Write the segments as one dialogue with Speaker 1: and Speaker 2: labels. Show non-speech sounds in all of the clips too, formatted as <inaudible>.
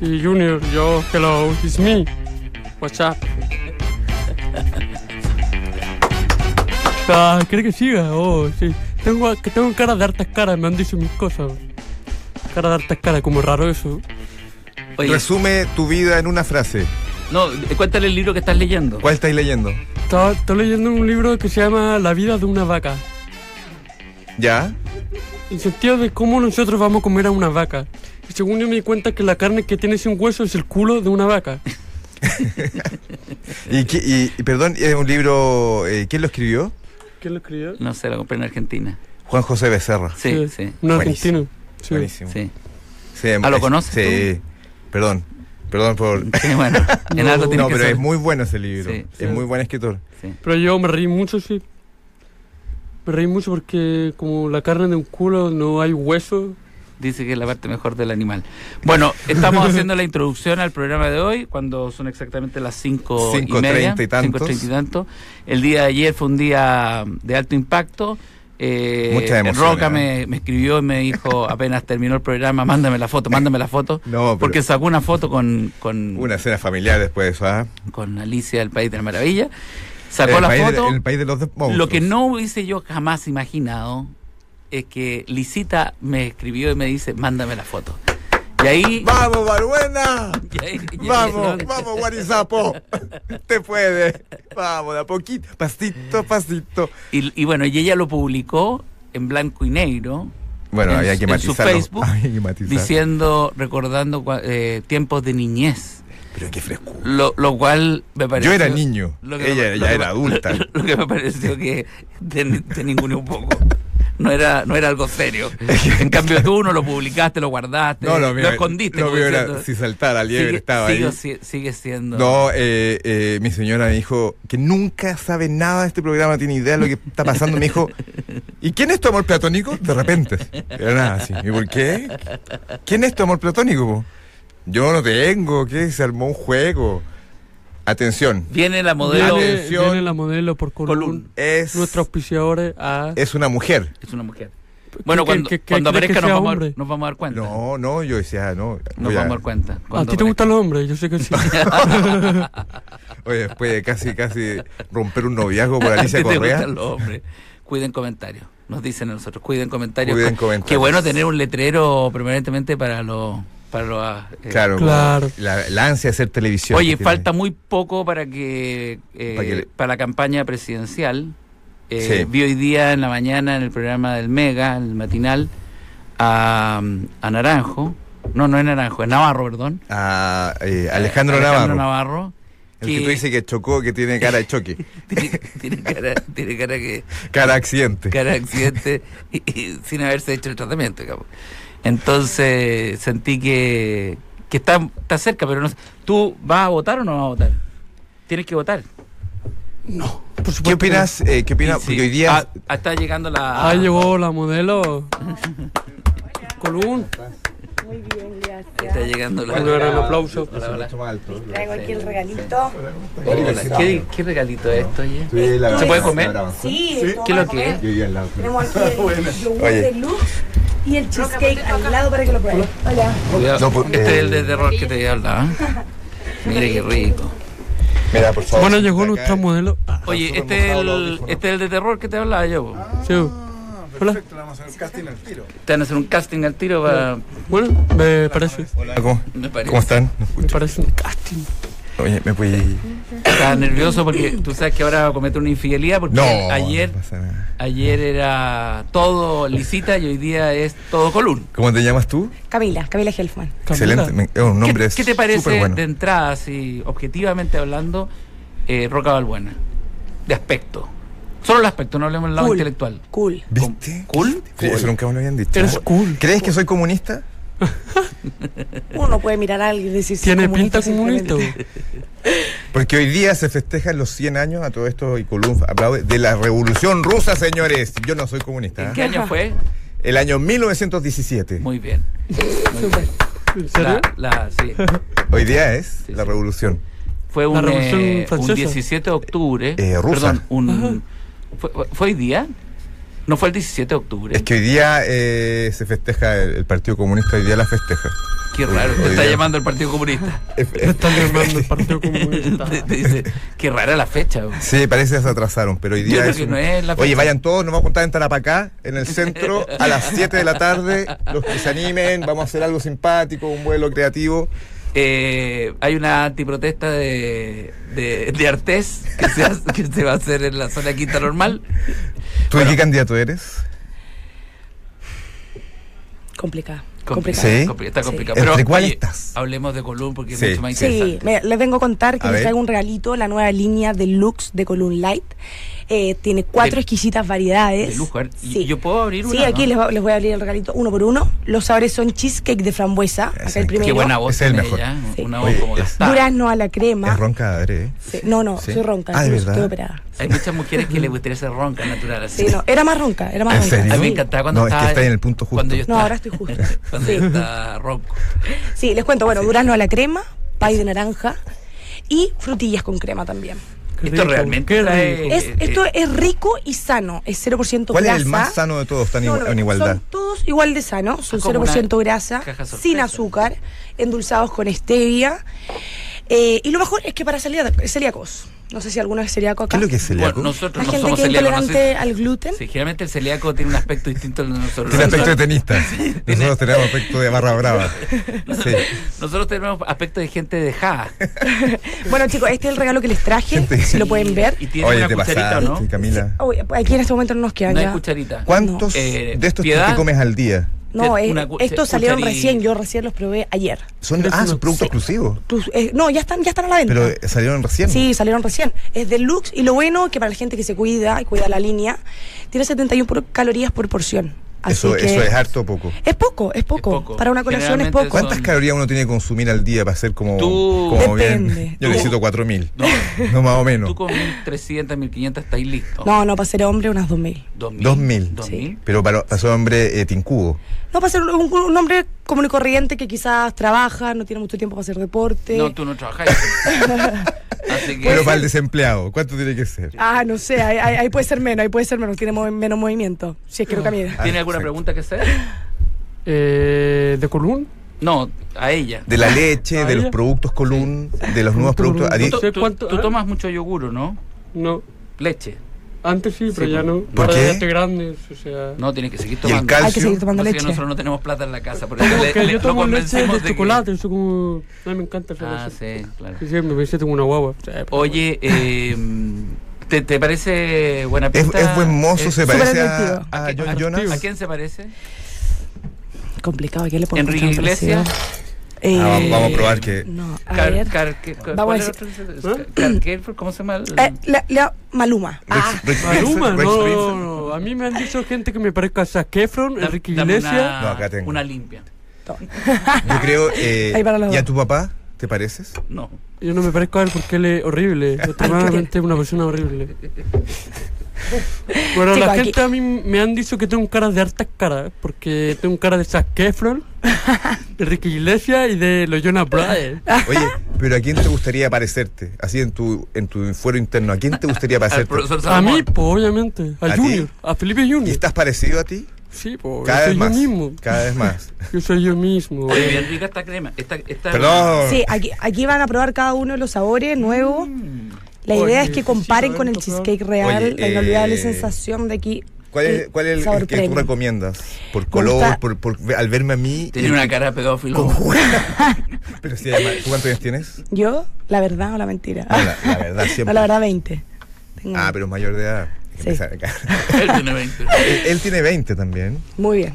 Speaker 1: y Junior. Yo, hello, it's me. What's up? <laughs> Ah, ¿Cree que siga? Oh, sí. Tengo, que tengo cara de hartas caras, me han dicho mis cosas. Cara de hartas caras, como raro eso.
Speaker 2: Oye,
Speaker 3: Resume tu vida en una frase.
Speaker 2: no, cuéntale el libro que estás leyendo.
Speaker 3: ¿Cuál estáis leyendo?
Speaker 1: Estaba, estoy leyendo un libro que se llama La vida de una vaca.
Speaker 3: ¿Ya?
Speaker 1: El sentido de cómo nosotros vamos a comer a una vaca. Y según yo me di cuenta que la carne que tiene sin hueso es el culo de una vaca.
Speaker 3: Y, qué- y- y, perdón, es un libro. eh, ¿Quién lo escribió?
Speaker 1: ¿Quién lo escribió?
Speaker 2: No sé, lo compré en Argentina.
Speaker 3: Juan José Becerra.
Speaker 2: Sí, sí,
Speaker 1: Un
Speaker 3: Buenísimo.
Speaker 1: argentino. Sí.
Speaker 3: Buenísimo.
Speaker 2: sí.
Speaker 3: Sí,
Speaker 2: Ah, ¿lo
Speaker 3: es-
Speaker 2: conoces
Speaker 3: Sí. Perdón. Perdón <laughs> por.
Speaker 2: Sí, bueno, en
Speaker 1: No,
Speaker 2: algo tiene
Speaker 3: No,
Speaker 2: que
Speaker 3: pero
Speaker 2: ser.
Speaker 3: es muy bueno ese libro.
Speaker 2: Sí.
Speaker 3: Es muy buen escritor.
Speaker 2: Sí.
Speaker 1: Pero yo me reí mucho, sí. Me reí mucho porque como la carne de un culo no hay hueso.
Speaker 2: Dice que es la parte mejor del animal. Bueno,
Speaker 3: <laughs>
Speaker 2: estamos haciendo la introducción al programa de hoy, cuando son exactamente las 5 y
Speaker 3: Cinco
Speaker 2: media.
Speaker 3: treinta y tantos.
Speaker 2: cinco treinta y tanto. El día de ayer fue un día de alto impacto. Eh,
Speaker 3: Muchas emociones,
Speaker 2: Roca
Speaker 3: ¿eh?
Speaker 2: me, me escribió y me dijo, <laughs> apenas terminó el programa, mándame la foto, mándame la foto.
Speaker 3: No, pero
Speaker 2: Porque sacó una foto con, con,
Speaker 3: una cena familiar después de eso, ¿ah?
Speaker 2: con Alicia del País de la Maravilla. Sacó
Speaker 3: el
Speaker 2: la
Speaker 3: país de-
Speaker 2: foto.
Speaker 3: el país de los monstruos.
Speaker 2: Lo que no hubiese yo jamás imaginado es que Lisita me escribió y me dice, mándame la foto. Y ahí...
Speaker 3: ¡Vamos, Barbuena!
Speaker 2: y ahí- y ahí-
Speaker 3: ¡Vamos,
Speaker 2: <laughs>
Speaker 3: vamos, Guarizapo! ¡Te puede! ¡Vamos, de a poquito! ¡Pasito, pasito!
Speaker 2: Y, y bueno, y ella lo publicó en blanco y negro,
Speaker 3: Bueno,
Speaker 2: En
Speaker 3: había
Speaker 2: su-
Speaker 3: que
Speaker 2: en su
Speaker 3: matizarlo.
Speaker 2: Facebook,
Speaker 3: <laughs> Había que matizar.
Speaker 2: diciendo, recordando cua- eh, tiempos de niñez.
Speaker 3: Pero qué frescura.
Speaker 2: Lo, lo cual me pareció...
Speaker 3: Yo era niño.
Speaker 2: lo que-
Speaker 3: Ella
Speaker 2: lo
Speaker 3: ya
Speaker 2: que- <laughs>
Speaker 3: era adulta.
Speaker 2: Lo que me pareció que te, te ninguneó un poco. No era, no era algo serio. En cambio, tú no lo publicaste, lo guardaste,
Speaker 3: No, lo
Speaker 2: lo,
Speaker 3: mío-
Speaker 2: escondiste.
Speaker 3: Lo
Speaker 2: como
Speaker 3: mío era
Speaker 2: diciendo-
Speaker 3: si saltara liebre
Speaker 2: sigue,
Speaker 3: estaba
Speaker 2: sigo
Speaker 3: ahí.
Speaker 2: si- sigue siendo.
Speaker 3: No, eh, eh, mi señora me dijo que nunca sabe nada de este programa, no tiene idea de lo que está pasando. Me dijo, ¿y quién es tu amor platónico? De repente. Era nada así. ¿Y por qué? ¿Quién es tu amor platónico? po? Yo no tengo, ¿qué? Se armó un juego. Atención,
Speaker 2: Viene la modelo.
Speaker 1: Viene,
Speaker 3: Atención.
Speaker 1: viene la modelo por Column.
Speaker 2: Column.
Speaker 3: es,
Speaker 1: Nuestros auspiciadores a...
Speaker 3: es una mujer.
Speaker 2: Ah, Es una mujer. Bueno,
Speaker 1: ¿Qué-
Speaker 2: cuando,
Speaker 1: qué- qué
Speaker 2: cuando
Speaker 1: crees que
Speaker 2: aparezca nos
Speaker 1: sea
Speaker 2: vamos, a,
Speaker 1: hombre?
Speaker 2: nos vamos a dar cuenta.
Speaker 3: No, no, yo decía, ah, no.
Speaker 2: nos
Speaker 3: voy a-
Speaker 2: vamos a dar cuenta.
Speaker 1: ¿A
Speaker 2: cuando
Speaker 1: ti te
Speaker 2: aparezca.
Speaker 1: gustan los hombres? Yo sé que sí.
Speaker 3: Oye, después de casi, casi romper un noviazgo
Speaker 2: <laughs>
Speaker 3: por Alicia
Speaker 2: ¿A ti <laughs> te
Speaker 3: Correa.
Speaker 2: gustan los hombres? Cuiden comentarios. Nos dicen a nosotros. Cuiden comentarios.
Speaker 3: Cuiden
Speaker 2: Cu-
Speaker 3: comentarios.
Speaker 2: Qué bueno tener un letrero permanentemente para los. Para los ah, eh,
Speaker 3: Claro,
Speaker 1: Claro.
Speaker 3: La, la ansia de hacer televisión.
Speaker 2: Oye,
Speaker 3: que tiene.
Speaker 2: falta muy poco para que, eh,
Speaker 3: Para
Speaker 2: para,
Speaker 3: que le-
Speaker 2: la campaña presidencial. Eh,
Speaker 3: Sí.
Speaker 2: Vi hoy día en la mañana en el programa del Mega, el matinal, a, a Naranjo. No, no es Naranjo, es Navarro, perdón.
Speaker 3: a eh, Alejandro, Navarro,
Speaker 2: Navarro,
Speaker 3: el que tú dices que chocó, que tiene cara
Speaker 2: <laughs>
Speaker 3: de choque,
Speaker 2: tiene, tiene
Speaker 3: <laughs>
Speaker 2: cara, tiene cara que
Speaker 3: cara de accidente.
Speaker 2: cara de accidente y- y sin haberse hecho el tratamiento. digamos. Entonces sentí que, que está, está cerca, pero no sé. ¿Tú vas a votar o no vas a votar? Tienes que votar.
Speaker 1: No. Por supuesto.
Speaker 3: ¿Qué opinas? eh, ¿Qué opinas?
Speaker 2: pues, Sí,
Speaker 3: Porque hoy día
Speaker 2: ah, ah, está llegando la.
Speaker 1: Ah, llegó la modelo. Column.
Speaker 4: Muy bien,
Speaker 2: Está
Speaker 4: gracias.
Speaker 2: llegando la.
Speaker 1: Un gran aplauso.
Speaker 2: Hola, hola.
Speaker 4: Traigo aquí el regalito.
Speaker 2: Hola, ¿Qué, qué regalito es esto, oye? ¿Se puede comer?
Speaker 4: Sí, esto
Speaker 2: ¿Qué es
Speaker 4: va
Speaker 2: lo
Speaker 4: a comer.
Speaker 2: que
Speaker 4: Tenemos aquí <laughs> el yogur
Speaker 3: Oye.
Speaker 4: deluxe y el cheesecake al lado para que lo prueben. Hola.
Speaker 2: Cuidado.
Speaker 3: No, pues,
Speaker 2: este
Speaker 3: eh,
Speaker 2: es el de terror que te había hablado. ¿eh? Mira qué rico.
Speaker 3: Mira, por favor.
Speaker 1: Bueno,
Speaker 3: siéntate
Speaker 1: llegó
Speaker 3: acá.
Speaker 1: nuestra modelo. Ah,
Speaker 2: Oye,
Speaker 3: Nosotros
Speaker 2: este es
Speaker 3: hemos hablado
Speaker 2: el,
Speaker 3: audífonos.
Speaker 2: este es el de terror que te hablaba yo. po.
Speaker 1: sí. Hola.
Speaker 3: Ah, vamos a hacer casting al tiro.
Speaker 2: Te van a hacer un casting al tiro para.
Speaker 1: Bueno, me parece.
Speaker 3: Hola, ¿cómo,
Speaker 2: Me parece.
Speaker 3: ¿cómo están?
Speaker 1: Me parece un casting.
Speaker 3: Oye, ¿me puedes...?
Speaker 2: Estaba nervioso porque tú sabes que ahora va a cometer una infidelidad porque
Speaker 3: No,
Speaker 2: ayer
Speaker 3: no pasa nada.
Speaker 2: ayer era todo lisita y hoy día es todo column.
Speaker 3: ¿Cómo te llamas tú?
Speaker 4: Camila, Camila Helfman.
Speaker 1: Camila.
Speaker 3: Excelente, me- es un nombre
Speaker 2: ¿Qué, qué te parece
Speaker 3: superbueno.
Speaker 2: de entrada, si objetivamente hablando, eh, Roca Balbuena? De aspecto. Solo el aspecto, no hablemos del lado intelectual.
Speaker 4: Cool.
Speaker 3: ¿Viste?
Speaker 2: ¿Cool?
Speaker 3: Sí, Eso nunca me lo habían dicho.
Speaker 1: Eres cool.
Speaker 3: ¿Crees que soy comunista?
Speaker 4: Uno puede mirar a alguien y decir si
Speaker 1: Tiene
Speaker 4: es
Speaker 1: pinta comunista.
Speaker 4: simplemente.
Speaker 1: güey.
Speaker 3: Porque hoy día se festejan los 100 años, a todo esto y Column aplaude, de la Revolución Rusa, señores. Yo no soy comunista.
Speaker 2: ¿En qué
Speaker 3: ¿eh?
Speaker 2: año fue?
Speaker 3: El año 1917.
Speaker 2: Muy bien.
Speaker 4: Súper.
Speaker 1: ¿En serio?
Speaker 2: La, la-
Speaker 1: <laughs>
Speaker 2: sí.
Speaker 3: Hoy día es
Speaker 2: Sí,
Speaker 3: la
Speaker 2: sí.
Speaker 3: Revolución.
Speaker 2: Fue
Speaker 1: La
Speaker 2: un,
Speaker 1: Revolución
Speaker 2: eh, un
Speaker 1: Francesa.
Speaker 2: 17 de octubre.
Speaker 3: Eh, rusa.
Speaker 2: Perdón, un, ¿fue, ¿fue hoy día? ¿No fue el 17 de octubre?
Speaker 3: Es que hoy día eh, se festeja, el, el Partido Comunista hoy día la festeja.
Speaker 2: Qué raro,
Speaker 3: Oye,
Speaker 2: te está
Speaker 3: oye.
Speaker 2: llamando el Partido Comunista.
Speaker 1: Me <laughs> están llamando el
Speaker 2: <laughs>
Speaker 1: partido comunista.
Speaker 2: te, te dice, qué rara la fecha. güey.
Speaker 3: Sí, parece que se atrasaron, pero hoy
Speaker 2: Yo
Speaker 3: día
Speaker 2: creo
Speaker 3: es
Speaker 2: que
Speaker 3: un-
Speaker 2: no es la
Speaker 3: Oye,
Speaker 2: fecha.
Speaker 3: vayan todos, nos vamos a juntar en Tarapacá, en el centro, a
Speaker 2: <laughs>
Speaker 3: las 7 de la tarde. Los que se animen, vamos a hacer algo simpático, un vuelo creativo.
Speaker 2: Eh, hay una antiprotesta de, de, de Artés que se, hace- que se va a hacer en la zona quinta normal.
Speaker 3: ¿Tú de qué candidato eres?
Speaker 4: Complicada.
Speaker 2: Complicado,
Speaker 3: Sí.
Speaker 2: compli- Está complicado.
Speaker 3: Sí.
Speaker 2: Pero,
Speaker 3: ¿Entre cuál
Speaker 2: oye,
Speaker 3: estás?
Speaker 2: Hablemos de Colón porque
Speaker 3: Sí.
Speaker 2: es mucho más
Speaker 4: Sí,
Speaker 2: interesante.
Speaker 4: me- les vengo a contar que
Speaker 3: A
Speaker 4: les
Speaker 3: ver.
Speaker 4: traigo un regalito, la nueva línea deluxe de Column Light. Eh, tiene cuatro
Speaker 2: De-
Speaker 4: exquisitas variedades.
Speaker 2: de lujo. a ver, ¿y-
Speaker 4: Sí.
Speaker 2: ¿Yo puedo abrir una?
Speaker 4: Sí, aquí
Speaker 2: no?
Speaker 4: les, va- les voy a abrir el regalito uno por uno. Los sabores son cheesecake de frambuesa,
Speaker 3: Ese
Speaker 4: acá el
Speaker 3: me encanta.
Speaker 4: primero.
Speaker 2: Qué buena voz
Speaker 3: Es el
Speaker 2: tiene
Speaker 3: mejor.
Speaker 2: ella, ¿eh?
Speaker 4: Sí.
Speaker 2: Una voz
Speaker 3: Oye,
Speaker 2: como la
Speaker 3: es-
Speaker 2: está.
Speaker 4: Durazno a la crema.
Speaker 3: Es ronca, Adre, ¿eh?
Speaker 4: Sí, No, no,
Speaker 3: Sí.
Speaker 4: soy ronca,
Speaker 3: Ah, ¿de
Speaker 4: yo
Speaker 3: verdad?
Speaker 4: estoy operada.
Speaker 2: Hay muchas mujeres que les gustaría ser ronca natural así.
Speaker 4: Sí, no, era más ronca, era más
Speaker 3: ¿En
Speaker 4: ronca.
Speaker 3: serio?
Speaker 2: A mí me
Speaker 4: sí.
Speaker 2: encantaba cuando
Speaker 3: No, es que
Speaker 2: estaba.
Speaker 3: está en el punto justo.
Speaker 2: Cuando yo
Speaker 4: No,
Speaker 2: estaba-
Speaker 4: ahora estoy justo.
Speaker 2: <laughs> cuando
Speaker 4: Sí.
Speaker 2: yo estaba ronco.
Speaker 4: Sí, les cuento, bueno, durazno a la crema, pay de naranja y frutillas con crema también.
Speaker 1: Qué
Speaker 2: Esto
Speaker 1: rico,
Speaker 2: realmente
Speaker 1: qué
Speaker 2: trae-
Speaker 1: rico.
Speaker 4: Es,
Speaker 2: eh,
Speaker 4: esto es rico y sano, es 0%
Speaker 3: ¿Cuál es
Speaker 4: grasa.
Speaker 3: el más sano de todos? Están
Speaker 4: No,
Speaker 3: igu-
Speaker 4: no,
Speaker 3: en igualdad. Ah,
Speaker 4: Son todos igual de sanos, son
Speaker 2: Es como
Speaker 4: 0%
Speaker 2: una
Speaker 4: grasa,
Speaker 2: caja sorpresa.
Speaker 4: sin azúcar, endulzados con stevia. Eh, y lo mejor es que para celíac- celíacos, no sé si alguno es celíaco
Speaker 3: ¿Qué
Speaker 4: acá.
Speaker 3: es lo que es celíaco?
Speaker 2: Bueno, nosotros
Speaker 4: La
Speaker 2: no
Speaker 4: gente
Speaker 2: somos
Speaker 4: que es
Speaker 2: celíacos. no
Speaker 4: intolerante
Speaker 2: sé-
Speaker 4: al gluten.
Speaker 2: Sí, generalmente el celíaco tiene un aspecto distinto al de nosotros.
Speaker 3: Tiene aspecto de
Speaker 2: Nosotros- <laughs>
Speaker 3: tenista. Nosotros tenemos aspecto de barra brava. Sí.
Speaker 2: <laughs> Nosotros tenemos aspecto de gente dejada.
Speaker 4: <laughs> Bueno, chicos, este es el regalo que les traje,
Speaker 3: Gente-
Speaker 4: si lo pueden ver.
Speaker 2: Y tiene
Speaker 3: Oye,
Speaker 2: una
Speaker 3: te
Speaker 2: cucharita,
Speaker 3: pasaste,
Speaker 2: ¿no?
Speaker 3: Camila.
Speaker 4: Uy, aquí en este momento no nos quedan
Speaker 2: No hay
Speaker 4: ya.
Speaker 2: cucharita.
Speaker 3: ¿Cuántos
Speaker 2: Eh,
Speaker 3: de estos tú
Speaker 2: Piedad.
Speaker 3: te comes al día?
Speaker 4: No,
Speaker 2: Te-
Speaker 4: eh,
Speaker 2: una cu-
Speaker 4: estos
Speaker 2: te-
Speaker 4: salieron
Speaker 2: cucharí-
Speaker 4: recién, yo recién los probé ayer.
Speaker 3: Son,
Speaker 1: Pero
Speaker 3: ah,
Speaker 1: eso
Speaker 3: son
Speaker 1: no-
Speaker 3: productos exclusivos.
Speaker 4: Tus- eh, no, ya están, ya están a la venta.
Speaker 3: Pero eh, salieron recién.
Speaker 4: Sí, salieron recién. Es deluxe y lo bueno que para la gente que se cuida y cuida la línea, tiene 71 por- calorías por porción. Así
Speaker 3: Eso,
Speaker 4: que
Speaker 3: eso es harto o poco.
Speaker 4: es poco, es poco.
Speaker 2: Es poco.
Speaker 4: Para una colación es
Speaker 2: Generalmente
Speaker 4: poco.
Speaker 3: ¿Cuántas
Speaker 2: Son-
Speaker 3: calorías uno tiene que consumir al día para ser como,
Speaker 2: Tú-
Speaker 3: como bien?
Speaker 4: Depende.
Speaker 3: Yo
Speaker 4: Tú-
Speaker 3: necesito 4000.
Speaker 2: No.
Speaker 3: <laughs> No. más o menos.
Speaker 2: Tú con 1.300, 1.500 estáis listos.
Speaker 4: No, no, para ser hombre unas 2.000.
Speaker 2: 2.000.
Speaker 3: 2000.
Speaker 2: 2000.
Speaker 3: Pero para, para ser hombre eh, tincudo.
Speaker 4: No, para ser un, un- un hombre común y corriente que quizás trabaja, no tiene mucho tiempo para hacer deporte.
Speaker 2: No, tú no trabajáis.
Speaker 1: <laughs>
Speaker 2: Así que.
Speaker 3: Pero para el desempleado, ¿cuánto tiene que ser?
Speaker 4: Ah, no sé, ahí, ahí- ahí puede ser menos, ahí puede ser menos, tiene mo- menos movimiento, si es que no camina.
Speaker 3: Ah,
Speaker 2: ¿Tiene alguna
Speaker 3: exacto.
Speaker 2: pregunta que hacer?
Speaker 1: Eh, ¿De Colún?
Speaker 2: No, a ella.
Speaker 3: De la leche, de los
Speaker 1: Vaya.
Speaker 3: productos Colún, de los nuevos
Speaker 1: Colún.
Speaker 3: productos. a ti-
Speaker 2: Tú,
Speaker 1: Sí,
Speaker 2: tú-
Speaker 1: ¿cuánto-
Speaker 2: tú
Speaker 1: ah?
Speaker 2: tomas mucho yogur, ¿o ¿no?
Speaker 1: No.
Speaker 2: Leche.
Speaker 1: Antes sí, pero
Speaker 2: Sí,
Speaker 1: ya no.
Speaker 3: ¿Por
Speaker 1: Ahora
Speaker 3: qué?
Speaker 1: ya estoy grande, o sea.
Speaker 2: No, tienes que seguir
Speaker 3: Y
Speaker 2: tomando.
Speaker 3: el
Speaker 4: Hay que seguir
Speaker 3: calcio.
Speaker 4: tomando
Speaker 2: Pasa que
Speaker 4: leche.
Speaker 2: nosotros no tenemos plata en la casa, por eso le-
Speaker 1: Porque yo
Speaker 2: le- lo
Speaker 1: tomo leche
Speaker 2: convencemos
Speaker 1: de,
Speaker 2: que-
Speaker 1: chocolate, eso como. Ay, me encanta esa
Speaker 2: Ah,
Speaker 1: leche.
Speaker 2: sí, claro.
Speaker 1: Sí, sí, me parece tengo una guagua.
Speaker 2: Oye, eh, ¿te, ¿te parece buena
Speaker 3: Es,
Speaker 2: pinta?
Speaker 3: es buen mozo,
Speaker 2: Eh,
Speaker 3: se
Speaker 4: súper
Speaker 3: parece a,
Speaker 4: atractivo.
Speaker 3: a
Speaker 2: ¿a-
Speaker 3: John
Speaker 2: a-
Speaker 3: Jonas. Ah,
Speaker 2: ¿A quién se parece?
Speaker 4: Complicado, ¿qué le podemos
Speaker 2: Enrique
Speaker 4: encontrar parecido?
Speaker 2: Iglesias.
Speaker 4: Eh,
Speaker 3: Ah, vamos, vamos a probar que.
Speaker 4: No, a
Speaker 2: Car-
Speaker 4: ver.
Speaker 2: car- que- cuál
Speaker 4: Vamos a ¿Ah?
Speaker 2: era otro?
Speaker 1: ¿Eh?
Speaker 2: Car- Carfer, ¿Cómo se llama? el-
Speaker 4: Eh, la- la- Maluma. Ah,
Speaker 3: Rex- Rex
Speaker 1: Maluma,
Speaker 2: <laughs>
Speaker 3: Pilsen, Rex
Speaker 1: no,
Speaker 3: Pilsen.
Speaker 1: no, no. A mí me han dicho gente que me parezca a Zac Efron,
Speaker 2: Da-
Speaker 1: Enrique
Speaker 2: dame
Speaker 1: Iglesias.
Speaker 2: Una,
Speaker 3: No, acá tengo.
Speaker 2: una limpia.
Speaker 3: Yo creo. eh,
Speaker 4: Ahí para los
Speaker 3: ¿Y a
Speaker 4: dos.
Speaker 3: tu papá? ¿Te pareces?
Speaker 2: No.
Speaker 1: Yo no me parezco a él porque él es
Speaker 2: <laughs>
Speaker 1: horrible. Extremadamente una persona horrible. Bueno,
Speaker 4: Chico,
Speaker 1: la
Speaker 4: aquí-
Speaker 1: gente a mí me han dicho que tengo cara de hartas caras. Porque tengo cara de Zac
Speaker 2: <laughs>
Speaker 1: Efron, de Ricky Iglesias y de los Jonas Brothers.
Speaker 3: Oye,
Speaker 4: <laughs>
Speaker 3: pero ¿a quién te gustaría parecerte? Así en tu, en tu fuero interno, ¿a quién te gustaría
Speaker 2: Al
Speaker 3: parecerte?
Speaker 2: profesor
Speaker 1: A
Speaker 2: Salomón.
Speaker 1: mí, pues, obviamente. A,
Speaker 3: ¿A ti?
Speaker 1: Junior. A Felipe
Speaker 3: ¿Y
Speaker 1: Junior.
Speaker 3: estás parecido a ti?
Speaker 1: Sí, pues.
Speaker 3: Cada
Speaker 1: yo soy
Speaker 3: vez más.
Speaker 1: yo mismo.
Speaker 3: Cada vez más.
Speaker 1: Yo soy yo mismo.
Speaker 2: Oye,
Speaker 1: eh.
Speaker 2: bien rica esta crema. Esta, esta-
Speaker 3: pues. Perdón.
Speaker 4: sí, aquí, aquí van a probar cada uno de los sabores nuevos.
Speaker 2: Mm.
Speaker 4: La
Speaker 1: Oye,
Speaker 4: idea es que
Speaker 1: sí,
Speaker 4: comparen
Speaker 1: sí,
Speaker 4: con el
Speaker 1: por favor.
Speaker 4: cheesecake real,
Speaker 3: Oye,
Speaker 4: la inolvidable
Speaker 3: eh,
Speaker 4: sensación de aquí. eh,
Speaker 3: ¿Cuál es, cuál es el,
Speaker 4: sabor
Speaker 3: que tú
Speaker 4: premium.
Speaker 3: recomiendas? Por
Speaker 4: gusta-
Speaker 3: color, por, por ve- al verme a mí.
Speaker 2: Tiene
Speaker 3: y-
Speaker 2: una cara de pedófilo.
Speaker 3: <laughs> Pero si además, ¿tú cuántos años tienes?
Speaker 4: Yo, la verdad o la mentira.
Speaker 3: No, la, la verdad, siempre.
Speaker 4: <laughs> No, la verdad, 20. Tengo-
Speaker 3: Ah, pero es mayor de edad. Hay que
Speaker 4: Sí.
Speaker 3: empezar acá. <laughs>
Speaker 2: Él tiene 20.
Speaker 3: él, él tiene 20 también.
Speaker 4: Muy bien,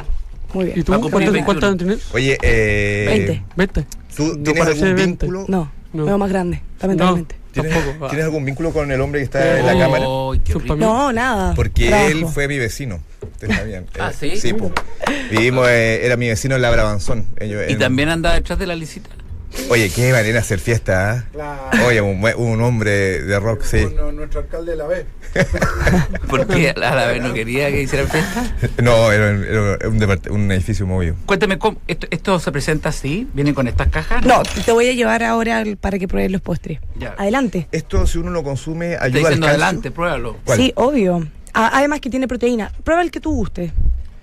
Speaker 4: muy
Speaker 1: ¿Y
Speaker 4: bien.
Speaker 1: tú
Speaker 2: Va a cumplir
Speaker 1: cuántas
Speaker 2: 21.
Speaker 1: cuántas tienes?
Speaker 3: Oye, eh,
Speaker 4: 20.
Speaker 1: Vete.
Speaker 3: ¿tú
Speaker 1: No
Speaker 3: tienes
Speaker 1: parece
Speaker 3: algún
Speaker 1: 20.
Speaker 3: vínculo?
Speaker 4: No,
Speaker 1: No.
Speaker 4: me veo más grande, lamentablemente.
Speaker 3: ¿Tienes,
Speaker 1: tampoco.
Speaker 3: ¿Tienes algún vínculo con el hombre que está en la
Speaker 1: Oh.
Speaker 3: cámara?
Speaker 2: Ay, qué
Speaker 1: Son
Speaker 2: rico.
Speaker 1: pa' mí.
Speaker 4: No, nada.
Speaker 3: Porque
Speaker 4: trabajo.
Speaker 3: él fue mi vecino. <laughs> Está bien.
Speaker 2: Ah,
Speaker 3: Eh,
Speaker 2: ¿sí?
Speaker 3: po. Vivimos, eh, era mi vecino en la Brabanzón. Eh, yo-
Speaker 2: Y
Speaker 3: en-
Speaker 2: también anda detrás de la licita.
Speaker 3: Oye, qué manera de hacer fiesta, ¿ah? Oye, un, buen- un hombre de rock, sí.
Speaker 5: Con, eh, nuestro alcalde de la B.
Speaker 2: Porque a la vez no quería que hicieran fiesta.
Speaker 3: <laughs> No, era, un- era un, depart- un edificio movido.
Speaker 2: Cuéntame, ¿cómo- esto, esto se presenta así? ¿Vienen con estas cajas?
Speaker 4: No, te voy a llevar ahora al- para que pruebes los postres.
Speaker 2: Ya.
Speaker 4: Adelante.
Speaker 3: Esto, si uno lo consume,
Speaker 2: Está
Speaker 3: ayuda al
Speaker 2: diciendo
Speaker 3: calcio.
Speaker 2: adelante, pruébalo.
Speaker 3: ¿Cuál?
Speaker 4: Sí, obvio. A- además que tiene proteína. Prueba el que tú guste.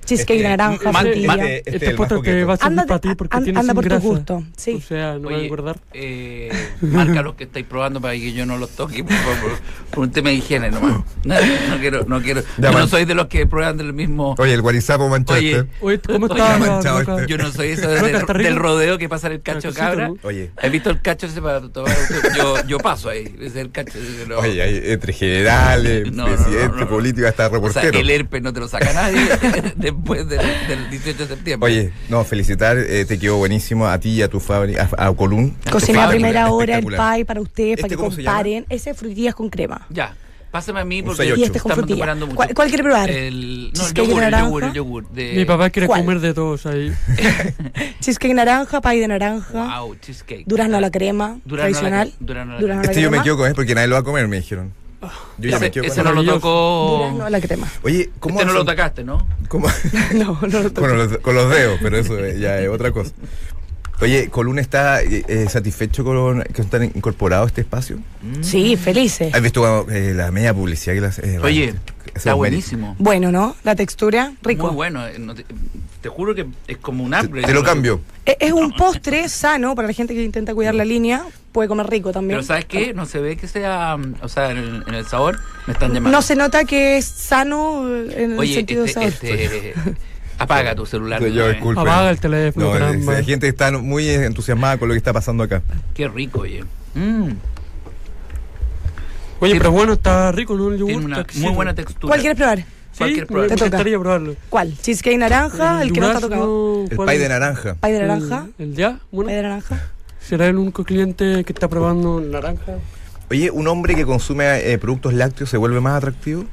Speaker 4: Cheesecake
Speaker 3: Este,
Speaker 4: naranja,
Speaker 2: man-
Speaker 4: frutilla.
Speaker 2: man-
Speaker 3: Este
Speaker 1: Este,
Speaker 3: es el más
Speaker 1: podcast te
Speaker 3: coqueto.
Speaker 1: va a servir
Speaker 4: Anda-
Speaker 1: para ti porque
Speaker 4: an-
Speaker 1: tienes
Speaker 4: anda
Speaker 1: sin
Speaker 4: por tu
Speaker 1: grasa.
Speaker 4: gusto, sí.
Speaker 1: O sea, no va a
Speaker 2: Oye,
Speaker 1: engordar.
Speaker 2: eh, marca los que estáis probando para que yo no los toque, por, favor, por un tema de higiene nomás. No, no quiero, no quiero.
Speaker 3: Ya,
Speaker 2: yo no
Speaker 3: man.
Speaker 2: soy de los que prueban del mismo.
Speaker 3: Oye, el guarizapo manchaste.
Speaker 2: Oye,
Speaker 1: Oye, ¿cómo
Speaker 2: Oye,
Speaker 1: está? la
Speaker 3: manchado
Speaker 1: roca?
Speaker 3: este.
Speaker 2: yo no soy eso
Speaker 1: Roca,
Speaker 2: del,
Speaker 1: ¿está rico?
Speaker 2: del rodeo que pasa en el cacho
Speaker 1: Cachocito,
Speaker 2: cabra.
Speaker 1: ¿no?
Speaker 3: Oye.
Speaker 2: ¿Has visto el cacho ese para tomar? Yo, yo paso ahí, ese es el cacho. ese no.
Speaker 3: Oye, hay entre generales,
Speaker 2: No, no, no,
Speaker 3: presidente,
Speaker 2: no, no.
Speaker 3: político, hasta
Speaker 2: o sea,
Speaker 3: reportero.
Speaker 2: el herpes no te lo saca nadie <laughs> después del, del 18 de septiembre.
Speaker 3: Oye, no, felicitar, eh, te quedó buenísimo a ti y a tu fábrica, a, a Colún.
Speaker 4: Cociné a
Speaker 2: Espectacular,
Speaker 4: primera hora el
Speaker 3: espectacular.
Speaker 4: pie para ustedes, para
Speaker 3: ¿Este
Speaker 4: que
Speaker 3: cómo se
Speaker 4: comparen. Ese es frutillas con crema.
Speaker 2: Ya, pásame a mí
Speaker 3: Un
Speaker 2: porque
Speaker 3: seis ocho.
Speaker 4: Y este con
Speaker 2: estamos
Speaker 4: frutilla.
Speaker 2: demorando mucho.
Speaker 4: ¿Cuál, cuál quiere probar?
Speaker 2: El, no, el
Speaker 4: Cheesecake
Speaker 2: yogur, el
Speaker 4: naranja.
Speaker 2: yogur, el yogur. De,
Speaker 1: Mi papá quiere
Speaker 4: ¿Cuál?
Speaker 1: comer de todos
Speaker 3: <laughs>
Speaker 1: ahí.
Speaker 4: Cheesecake naranja, pie de naranja,
Speaker 2: Wow, Ah, oh, cheesecake.
Speaker 4: durazno a la crema,
Speaker 2: Durazno a la
Speaker 4: tradicional.
Speaker 2: cre- durazno a la
Speaker 4: durazno a la
Speaker 3: Este yo me
Speaker 4: crema,
Speaker 3: quedo con él porque nadie lo va a comer, me dijeron.
Speaker 4: Oh.
Speaker 3: Yo ya me
Speaker 2: Ese,
Speaker 3: quedo
Speaker 2: ese
Speaker 3: con
Speaker 2: no
Speaker 3: él.
Speaker 2: lo tocó.
Speaker 4: durazno a la crema. <laughs>
Speaker 3: Oye, ¿cómo
Speaker 2: Este no lo
Speaker 3: hacen-
Speaker 2: tocaste, ¿no? <laughs>
Speaker 3: cómo-
Speaker 4: No, no lo toco.
Speaker 3: con, los, con los dedos, pero eso eh, ya es otra cosa. Oye, ¿Colún está eh, eh, satisfecho con que están incorporado a este espacio?
Speaker 4: Sí, felices.
Speaker 3: ¿Has visto eh, la media publicidad que las... eh,
Speaker 2: Oye,
Speaker 3: realmente? Eso
Speaker 2: está
Speaker 3: es
Speaker 2: buenísimo.
Speaker 4: Bueno, ¿no? La textura, rico.
Speaker 2: Muy bueno. eh, no te, te juro que es como un
Speaker 3: Te,
Speaker 2: upgrade.
Speaker 3: te lo cambio.
Speaker 4: Es, es un postre sano para la gente que intenta cuidar la línea. Puede comer rico también.
Speaker 2: Pero ¿sabes qué? No se ve que sea. mm, O sea, en el, en el sabor me están llamando.
Speaker 4: No se nota que es sano eh, en el
Speaker 2: Oye,
Speaker 4: sentido
Speaker 2: este,
Speaker 4: sabor.
Speaker 2: este, apaga tu celular.
Speaker 3: Soy yo,
Speaker 2: eh.
Speaker 3: disculpe.
Speaker 1: Apaga el teléfono,
Speaker 3: No, es-
Speaker 1: caramba.
Speaker 3: hay gente que está muy entusiasmada con lo que está pasando acá.
Speaker 2: Qué rico, oye. Mm,
Speaker 1: Oye,
Speaker 2: Sí,
Speaker 1: pero bueno, está rico, ¿no? El yogur.
Speaker 2: tiene
Speaker 1: está
Speaker 2: una muy
Speaker 1: exquisito.
Speaker 2: buena textura.
Speaker 4: ¿Cuál quieres probar?
Speaker 1: Sí,
Speaker 2: cualquier
Speaker 1: me-
Speaker 2: prueba.
Speaker 1: me
Speaker 4: Te toca.
Speaker 1: encantaría probarlo.
Speaker 4: ¿Cuál? Cheesecake naranja, el, que no está tocado.
Speaker 3: El pay de naranja.
Speaker 4: Pay de naranja.
Speaker 3: Eh,
Speaker 1: El, el ya,
Speaker 4: Pay de
Speaker 1: bueno.
Speaker 4: naranja.
Speaker 1: Será el único cliente que está probando naranja.
Speaker 3: Oye, ¿un hombre que consume eh, productos lácteos se vuelve más atractivo?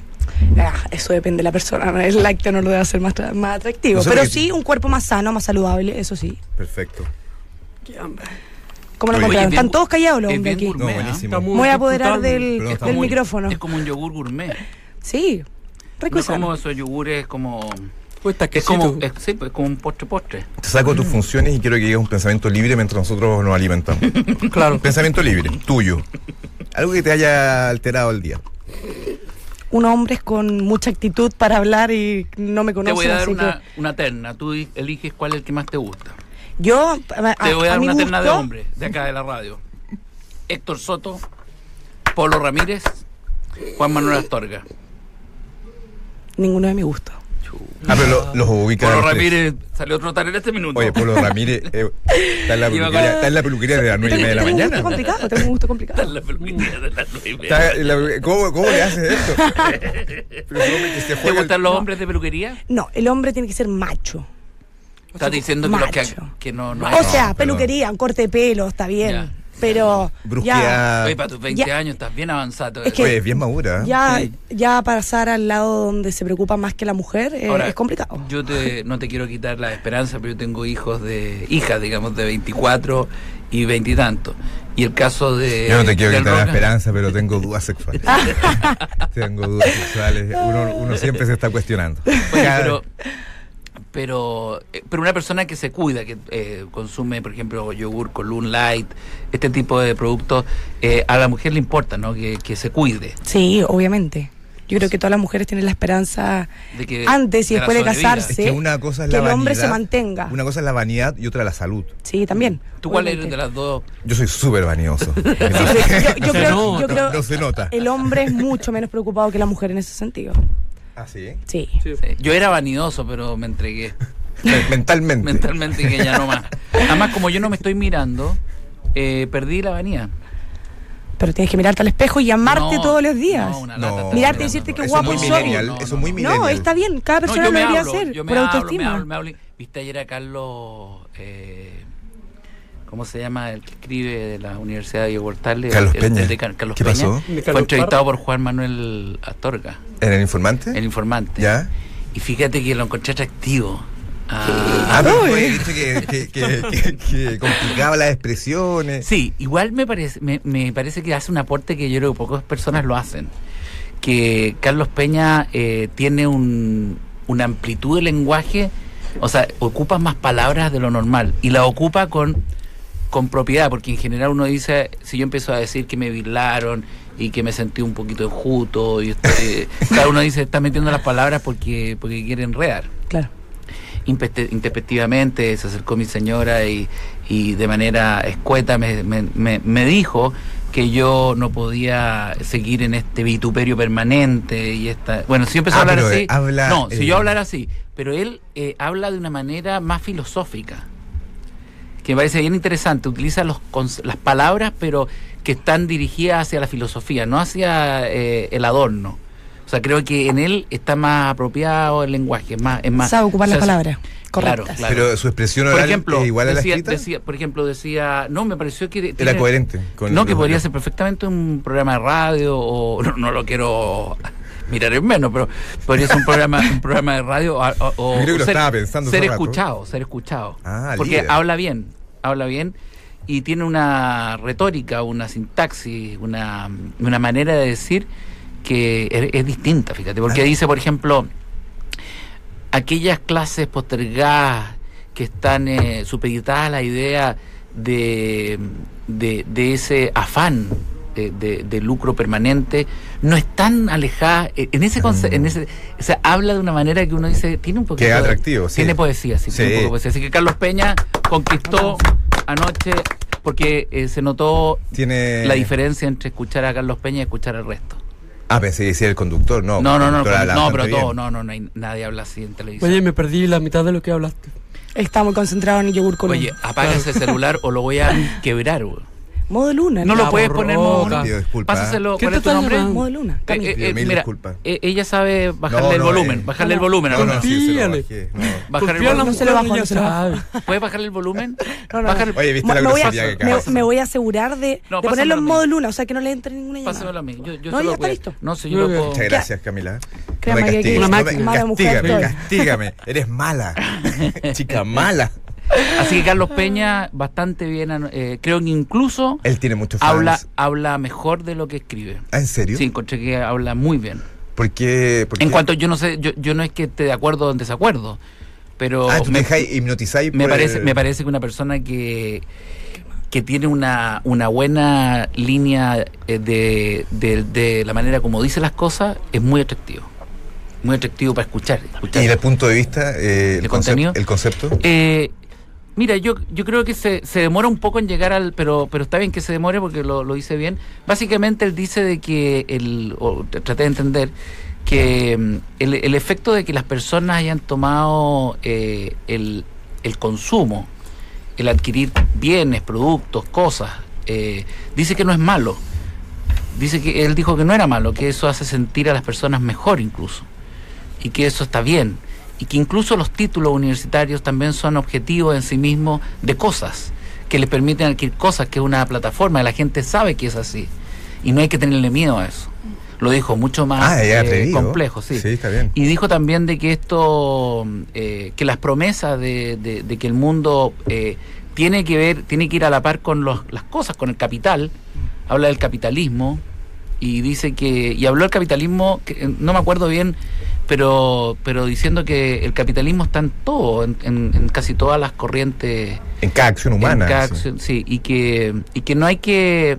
Speaker 4: Ah, eso depende de la persona. ¿no? El lácteo no lo debe hacer más, tra- más atractivo.
Speaker 3: No sé
Speaker 4: pero
Speaker 3: porque-
Speaker 4: sí, un cuerpo más sano, más saludable, eso sí.
Speaker 3: Perfecto.
Speaker 4: ¿Cómo lo
Speaker 3: Oye,
Speaker 4: encontraron?
Speaker 2: es bien
Speaker 4: Están todos callados los
Speaker 2: es
Speaker 4: hombres
Speaker 2: bien
Speaker 4: aquí.
Speaker 2: gourmet.
Speaker 3: No,
Speaker 2: Mea.
Speaker 3: buenísimo.
Speaker 1: Está muy
Speaker 4: Me voy a
Speaker 1: disputable.
Speaker 4: apoderar del,
Speaker 3: Pero está
Speaker 4: del
Speaker 3: muy-
Speaker 4: micrófono.
Speaker 2: Es como un yogur gourmet.
Speaker 4: Sí, rico
Speaker 2: No
Speaker 4: y sano.
Speaker 2: como esos yogures como.
Speaker 1: Pues está
Speaker 2: Es
Speaker 1: exquisito.
Speaker 2: como, es, sí, pues, como un postre postre.
Speaker 3: Te saco tus funciones y quiero que llegues a un pensamiento libre mientras nosotros nos alimentamos.
Speaker 1: Claro.
Speaker 3: pensamiento libre, tuyo. Algo que te haya alterado el día.
Speaker 4: Un hombre con mucha actitud para hablar y no me
Speaker 2: te
Speaker 4: conocen,
Speaker 2: voy a dar
Speaker 4: así
Speaker 2: una,
Speaker 4: que...
Speaker 2: una terna. Tú di- eliges cuál es el que más te gusta.
Speaker 4: Yo, Ah, a,
Speaker 2: Te voy a dar
Speaker 4: mi
Speaker 2: una terna de
Speaker 4: gusto,
Speaker 2: hombres de acá de la radio. Héctor Soto, Polo Ramírez, Juan Manuel Astorga.
Speaker 4: Ninguno de mi gusto.
Speaker 3: Ah, pero lo- los ubicas.
Speaker 2: Polo
Speaker 3: a los tres.
Speaker 2: Ramírez salió a trotar en este minuto.
Speaker 3: Oye,
Speaker 2: <laughs>
Speaker 3: Polo Ramírez eh, está, en la
Speaker 2: Iba con-
Speaker 3: peluquería, está en la peluquería de las nueve y media de la
Speaker 4: tengo un gusto
Speaker 3: mañana.
Speaker 4: complicado, tengo un gusto
Speaker 2: <laughs>
Speaker 4: complicado.
Speaker 2: La peluquería de las nueve y media.
Speaker 3: Está en la peluquería. ¿Cómo, ¿Cómo le
Speaker 2: <laughs>
Speaker 3: haces esto? Pero es un hombre que se
Speaker 2: ¿Te
Speaker 3: juega el-
Speaker 2: gustan los hombres de peluquería?
Speaker 4: No, el hombre tiene que ser macho.
Speaker 2: Estás diciendo que, los que,
Speaker 4: Macho.
Speaker 2: que no, no
Speaker 4: O
Speaker 2: hay.
Speaker 4: sea,
Speaker 3: no,
Speaker 4: peluquería, un corte de pelo, está bien.
Speaker 2: Ya.
Speaker 4: Pero ya,
Speaker 3: Brusqueada.
Speaker 2: Oye, para tus 20
Speaker 4: Ya.
Speaker 2: años estás bien avanzado.
Speaker 4: Es que-
Speaker 3: Oye, es bien madura. ¿eh?
Speaker 4: ya,
Speaker 2: Sí.
Speaker 4: ya pasar al lado donde se preocupa más que la mujer eh,
Speaker 2: Ahora,
Speaker 4: es complicado.
Speaker 2: Yo te, no te quiero quitar la esperanza, pero yo tengo hijos de hijas, digamos, de 24 y 20 y tanto. Y el caso de.
Speaker 3: Yo no te quiero
Speaker 2: Eh, del
Speaker 3: quitar la
Speaker 2: Roca-
Speaker 3: esperanza, pero tengo
Speaker 2: <laughs>
Speaker 3: dudas sexuales. tengo dudas sexuales. Uno, uno siempre se está cuestionando.
Speaker 2: Oye,
Speaker 3: Cada-
Speaker 2: pero, pero, eh, pero una persona que se cuida, que eh, consume, por ejemplo, yogur, column light, este tipo de productos, eh, a la mujer le importa, ¿no? Que, que se cuide.
Speaker 4: Sí, obviamente. Yo creo que todas las mujeres tienen la esperanza
Speaker 2: De que,
Speaker 4: antes y
Speaker 2: la
Speaker 4: después de
Speaker 2: sobrevida.
Speaker 4: casarse.
Speaker 3: Es que una cosa es
Speaker 4: que
Speaker 3: la
Speaker 4: el hombre se
Speaker 3: vanidad,
Speaker 4: mantenga.
Speaker 3: Una cosa es la vanidad y otra la salud.
Speaker 4: Sí, también.
Speaker 2: ¿Tú cuál
Speaker 4: obviamente.
Speaker 2: eres de las dos?
Speaker 3: Yo soy súper vanidoso.
Speaker 4: Sí, pero
Speaker 3: <laughs>
Speaker 4: <laughs> yo,
Speaker 1: No
Speaker 4: yo
Speaker 1: se
Speaker 4: creo,
Speaker 1: nota,
Speaker 4: yo creo
Speaker 3: no se nota.
Speaker 4: el hombre es mucho menos preocupado que la mujer en ese sentido.
Speaker 3: ¿Ah, sí?
Speaker 4: Sí.
Speaker 1: Sí.
Speaker 2: Eh, Yo era vanidoso, pero me entregué.
Speaker 3: Me-
Speaker 2: <laughs>
Speaker 3: Mentalmente.
Speaker 2: mentalmente que ya no más. Además, como yo no me estoy mirando, eh, perdí la vanidad.
Speaker 4: Pero tienes que mirarte al espejo y amarte
Speaker 2: No,
Speaker 4: todos los días.
Speaker 2: no, una lata.
Speaker 3: No,
Speaker 4: Mirarte y
Speaker 3: no,
Speaker 4: decirte
Speaker 3: no,
Speaker 4: que
Speaker 3: no.
Speaker 4: guapo
Speaker 3: eso
Speaker 4: soy.
Speaker 3: es muy millennial,
Speaker 2: No, no,
Speaker 3: Eso
Speaker 2: no.
Speaker 3: es muy
Speaker 2: No,
Speaker 3: millennial.
Speaker 4: No, está bien, cada
Speaker 2: No,
Speaker 4: persona
Speaker 2: yo
Speaker 4: lo
Speaker 2: me
Speaker 4: debería
Speaker 2: hablo,
Speaker 4: hacer
Speaker 2: yo me
Speaker 4: por autoestima.
Speaker 2: Hablo, me hablo, me hablo. Viste ayer a Carlos, eh, ¿cómo se llama? El que escribe de la Universidad de Diego Portales,
Speaker 3: Carlos
Speaker 2: el- el
Speaker 3: Peña.
Speaker 2: de Car- Carlos
Speaker 3: ¿Qué
Speaker 2: Peña.
Speaker 3: pasó?
Speaker 1: De
Speaker 2: Fue
Speaker 1: Carlos
Speaker 2: entrevistado por Juan Manuel Astorga,
Speaker 3: ¿En el informante?
Speaker 2: el informante.
Speaker 3: ¿Eh? ¿Ya?
Speaker 2: Y fíjate que lo encontré atractivo. Ah,
Speaker 3: Ah, pero tú habías dicho que, que, que, que- que complicaba las expresiones.
Speaker 2: Sí, igual me parece, me, me parece que hace un aporte que yo creo que pocas personas lo hacen. Que Carlos Peña eh, tiene un- una amplitud de lenguaje, o sea, ocupa más palabras de lo normal y la ocupa con, con propiedad, porque en general uno dice, si yo empiezo a decir que me violaron y que me sentí un poquito enjuto, y este, claro, uno dice, está metiendo las palabras porque, porque quiere enredar.
Speaker 4: Claro.
Speaker 2: impete- intempestivamente, se acercó mi señora y, y de manera escueta me, me- me- me dijo que yo no podía seguir en este vituperio permanente y esta... Bueno, si yo empezó
Speaker 3: Ah,
Speaker 2: a hablar
Speaker 3: pero,
Speaker 2: así...
Speaker 3: eh, habla,
Speaker 2: no, si
Speaker 3: eh,
Speaker 2: yo hablar así, pero él eh, habla de una manera más filosófica que me parece bien interesante. Utiliza los, cons- las palabras, pero que están dirigidas hacia la filosofía, no hacia eh, el adorno. O sea, creo que en él está más apropiado el lenguaje, es más, es más.
Speaker 4: Sabe ocupar
Speaker 2: o sea,
Speaker 4: las palabras correctas.
Speaker 2: claro.
Speaker 3: Pero su expresión
Speaker 2: Por
Speaker 3: oral
Speaker 2: ejemplo,
Speaker 3: es igual a la
Speaker 2: decía,
Speaker 3: escrita.
Speaker 2: decía- por ejemplo, decía, no, me pareció que
Speaker 3: era
Speaker 2: tiene-
Speaker 3: coherente. con
Speaker 2: no,
Speaker 3: lo
Speaker 2: que podría
Speaker 3: yo-
Speaker 2: ser perfectamente un programa de radio o <laughs> no, no lo quiero mirar en menos, pero podría ser un programa, un programa de radio o, o- o
Speaker 3: Yo creo que lo
Speaker 2: ser,
Speaker 3: estaba pensando
Speaker 2: ser
Speaker 3: hace rato.
Speaker 2: escuchado, ser escuchado.
Speaker 3: Ah,
Speaker 2: porque
Speaker 3: líder.
Speaker 2: habla bien, habla bien y tiene una retórica, una sintaxis, una, una manera de decir que es, es distinta, fíjate, porque
Speaker 3: Ah.
Speaker 2: dice, por ejemplo, aquellas clases postergadas que están eh, supeditadas a la idea de, de, de ese afán de, de- de lucro permanente, no están alejadas. eh, En ese, conce-
Speaker 3: Mm.
Speaker 2: en ese o sea, habla de una manera que uno dice, tiene un poquito.
Speaker 3: Que
Speaker 2: de-
Speaker 3: es atractivo, sí.
Speaker 2: Tiene poesía, sí,
Speaker 3: Sí.
Speaker 2: tiene un poco de poesía. Así que Carlos Peña conquistó anoche, porque eh, se notó
Speaker 3: Tiene.
Speaker 2: la diferencia entre escuchar a Carlos Peña y escuchar al resto.
Speaker 3: Ah, pensé que decía el conductor, no.
Speaker 2: No, no, no, no,
Speaker 3: conductor Oh, habla
Speaker 2: no,
Speaker 3: bastante
Speaker 2: pero todo,
Speaker 3: bien.
Speaker 2: no, no, no hay, nadie habla así en televisión.
Speaker 1: Oye, me perdí la mitad de lo que hablaste.
Speaker 4: Él está muy concentrado en el yogur con
Speaker 2: Oye, apaga ese celular o lo voy
Speaker 4: <laughs>
Speaker 2: a quebrar. güey.
Speaker 4: Modo luna.
Speaker 2: No lo
Speaker 1: La
Speaker 2: puedes poner
Speaker 1: borroca.
Speaker 2: modo.
Speaker 3: Pido disculpas.
Speaker 2: Pásaselo.
Speaker 1: ¿Qué
Speaker 2: ¿Cuál
Speaker 1: te
Speaker 2: es tu
Speaker 1: estás
Speaker 2: nombre?
Speaker 1: llamando?
Speaker 4: Modo luna.
Speaker 2: Eh,
Speaker 4: Camila.
Speaker 2: eh,
Speaker 3: Pido mil
Speaker 2: mira,
Speaker 3: disculpas.
Speaker 2: eh, ella sabe bajarle
Speaker 3: No,
Speaker 2: el
Speaker 3: no,
Speaker 2: volumen.
Speaker 3: eh.
Speaker 2: Bajarle el
Speaker 4: No,
Speaker 2: volumen.
Speaker 3: No,
Speaker 2: al
Speaker 3: no,
Speaker 2: volumen.
Speaker 3: sí, se lo
Speaker 1: Confíale.
Speaker 3: bajé, no.
Speaker 2: Bajar el
Speaker 1: Confía en la
Speaker 2: volumen.
Speaker 4: No se lo
Speaker 1: mujer,
Speaker 4: bajo,
Speaker 1: ella
Speaker 4: no se lo bajo.
Speaker 1: sabe.
Speaker 2: ¿Puedes bajarle el volumen?
Speaker 4: <laughs> No, no,
Speaker 2: Bajar-
Speaker 4: no.
Speaker 3: Oye, viste
Speaker 4: Mo-
Speaker 3: la
Speaker 4: me, voy a,
Speaker 3: grosería que
Speaker 4: me,
Speaker 3: acabas de
Speaker 4: me voy a asegurar de,
Speaker 2: No,
Speaker 4: de ponerlo
Speaker 2: pásamelo a
Speaker 4: en
Speaker 2: mí.
Speaker 4: modo luna, o sea que no le entre ninguna llamada.
Speaker 2: Pásamelo a mí. Yo, yo
Speaker 4: No,
Speaker 2: se lo
Speaker 4: ya está
Speaker 2: cuido.
Speaker 4: listo.
Speaker 2: No, si
Speaker 1: Muy
Speaker 2: yo lo
Speaker 1: bien.
Speaker 2: puedo.
Speaker 3: Muchas gracias, Camila.
Speaker 4: Créame
Speaker 3: no
Speaker 4: que-
Speaker 3: me
Speaker 4: que
Speaker 1: Una
Speaker 3: castigues, no me-
Speaker 1: máquina.
Speaker 4: mala mujer
Speaker 3: castígame,
Speaker 4: estoy.
Speaker 3: castígame. Eres
Speaker 2: <laughs>
Speaker 3: mala. Chica mala.
Speaker 2: Así que Carlos Peña, bastante bien. ano- eh, creo que incluso
Speaker 3: Él tiene muchos fans.
Speaker 2: habla, habla mejor de lo que escribe.
Speaker 3: Ah, ¿En serio?
Speaker 2: Sí, encontré que habla muy bien.
Speaker 3: ¿Por qué? por
Speaker 2: En
Speaker 3: qué?
Speaker 2: cuanto yo no sé, yo, yo no es que esté de acuerdo o en desacuerdo, pero
Speaker 3: Ah, tú
Speaker 2: me-
Speaker 3: te dejas hipnotizar y
Speaker 2: me parece me parece que una persona que que tiene una, una buena línea eh, de, de- de la manera como dice las cosas es muy atractivo muy atractivo para escuchar, escuchar.
Speaker 3: Y del punto de vista, eh, el,
Speaker 2: ¿El
Speaker 3: concep-
Speaker 2: contenido?
Speaker 3: el concepto.
Speaker 2: Eh, mira yo yo creo que se, se demora un poco en llegar al pero pero está bien que se demore porque lo, lo dice bien básicamente él dice de que el o tr- traté de entender que mm, el, el efecto de que las personas hayan tomado eh, el, el consumo el adquirir bienes, productos, cosas. eh, dice que no es malo. Dice que él dijo que no era malo, que eso hace sentir a las personas mejor incluso. Y que eso está bien. Y que incluso los títulos universitarios también son objetivos en sí mismos de cosas, que les permiten adquirir cosas, que es una plataforma, y la gente sabe que es así. Y no hay que tenerle miedo a eso. Lo dijo mucho más
Speaker 3: ah, es
Speaker 2: eh,
Speaker 3: atrevido.
Speaker 2: complejo, sí.
Speaker 3: Sí, está bien.
Speaker 2: Y dijo también de que esto, eh, que las promesas de, de- de que el mundo eh, tiene que ver, tiene que ir a la par con los- las cosas, con el capital. Habla del capitalismo y dice que y habló del capitalismo, que, eh, no me acuerdo bien, pero pero diciendo que el capitalismo está en todo, en, en- en casi todas las corrientes
Speaker 3: En cada acción humana.
Speaker 2: en cada
Speaker 3: sí.
Speaker 2: acción, sí, y que, y que no hay que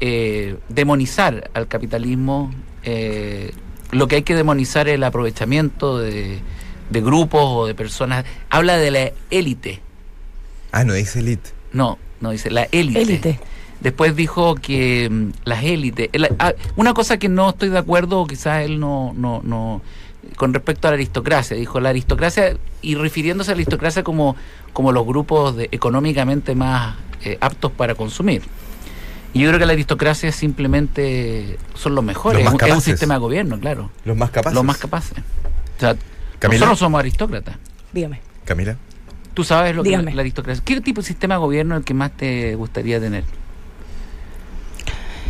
Speaker 2: eh, demonizar al capitalismo. eh, lo que hay que demonizar es el aprovechamiento de, de grupos o de personas. Habla de la élite.
Speaker 3: Ah, no, dice elite.
Speaker 2: No, no dice la élite.
Speaker 4: Élite.
Speaker 2: Después dijo que mm, las élites. el- ah, una cosa que no estoy de acuerdo, o quizás él no, no, no. Con respecto a la aristocracia, dijo la aristocracia, y refiriéndose a la aristocracia como, como los grupos de- económicamente más eh, aptos para consumir. Y yo creo que la aristocracia simplemente son los mejores.
Speaker 3: Los
Speaker 2: es
Speaker 3: más
Speaker 2: un- es un
Speaker 3: capaces.
Speaker 2: sistema de gobierno, claro.
Speaker 3: Los más capaces.
Speaker 2: Los más capaces. O sea,
Speaker 3: Camila.
Speaker 2: nosotros somos aristócratas.
Speaker 4: Dígame.
Speaker 3: Camila.
Speaker 2: Tú sabes lo que
Speaker 4: Dígame.
Speaker 2: es la aristocracia. ¿Qué tipo de sistema de gobierno es el que más te gustaría tener?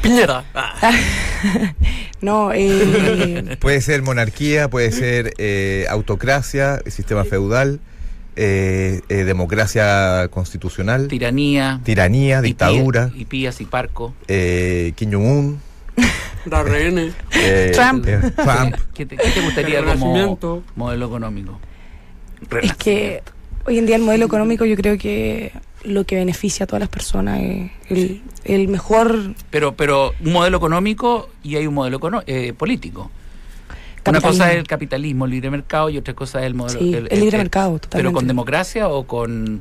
Speaker 1: Piñera. Ah,
Speaker 4: No, eh,
Speaker 3: Puede ser monarquía, puede ser eh, autocracia, sistema feudal, eh, eh, democracia constitucional,
Speaker 2: Tiranía.
Speaker 3: tiranía,
Speaker 2: Y
Speaker 3: dictadura,
Speaker 2: pía- Y pías y parco.
Speaker 3: eh, Kim Jong-un,
Speaker 1: La rehene.
Speaker 3: eh,
Speaker 4: Trump.
Speaker 3: eh, Trump.
Speaker 2: ¿Qué te, qué te gustaría
Speaker 1: El
Speaker 2: como
Speaker 1: Renacimiento.
Speaker 2: modelo económico?
Speaker 4: es que hoy en día el modelo económico yo creo que lo que beneficia a todas las personas es el, el mejor
Speaker 2: Pero, pero un modelo económico y hay un modelo econo- eh, político. Una cosa es
Speaker 4: capitalismo.
Speaker 2: el capitalismo, el libre mercado, y otra cosa es el modelo.
Speaker 4: Sí, el, libre mercado, totalmente.
Speaker 2: ¿Pero con democracia o con.?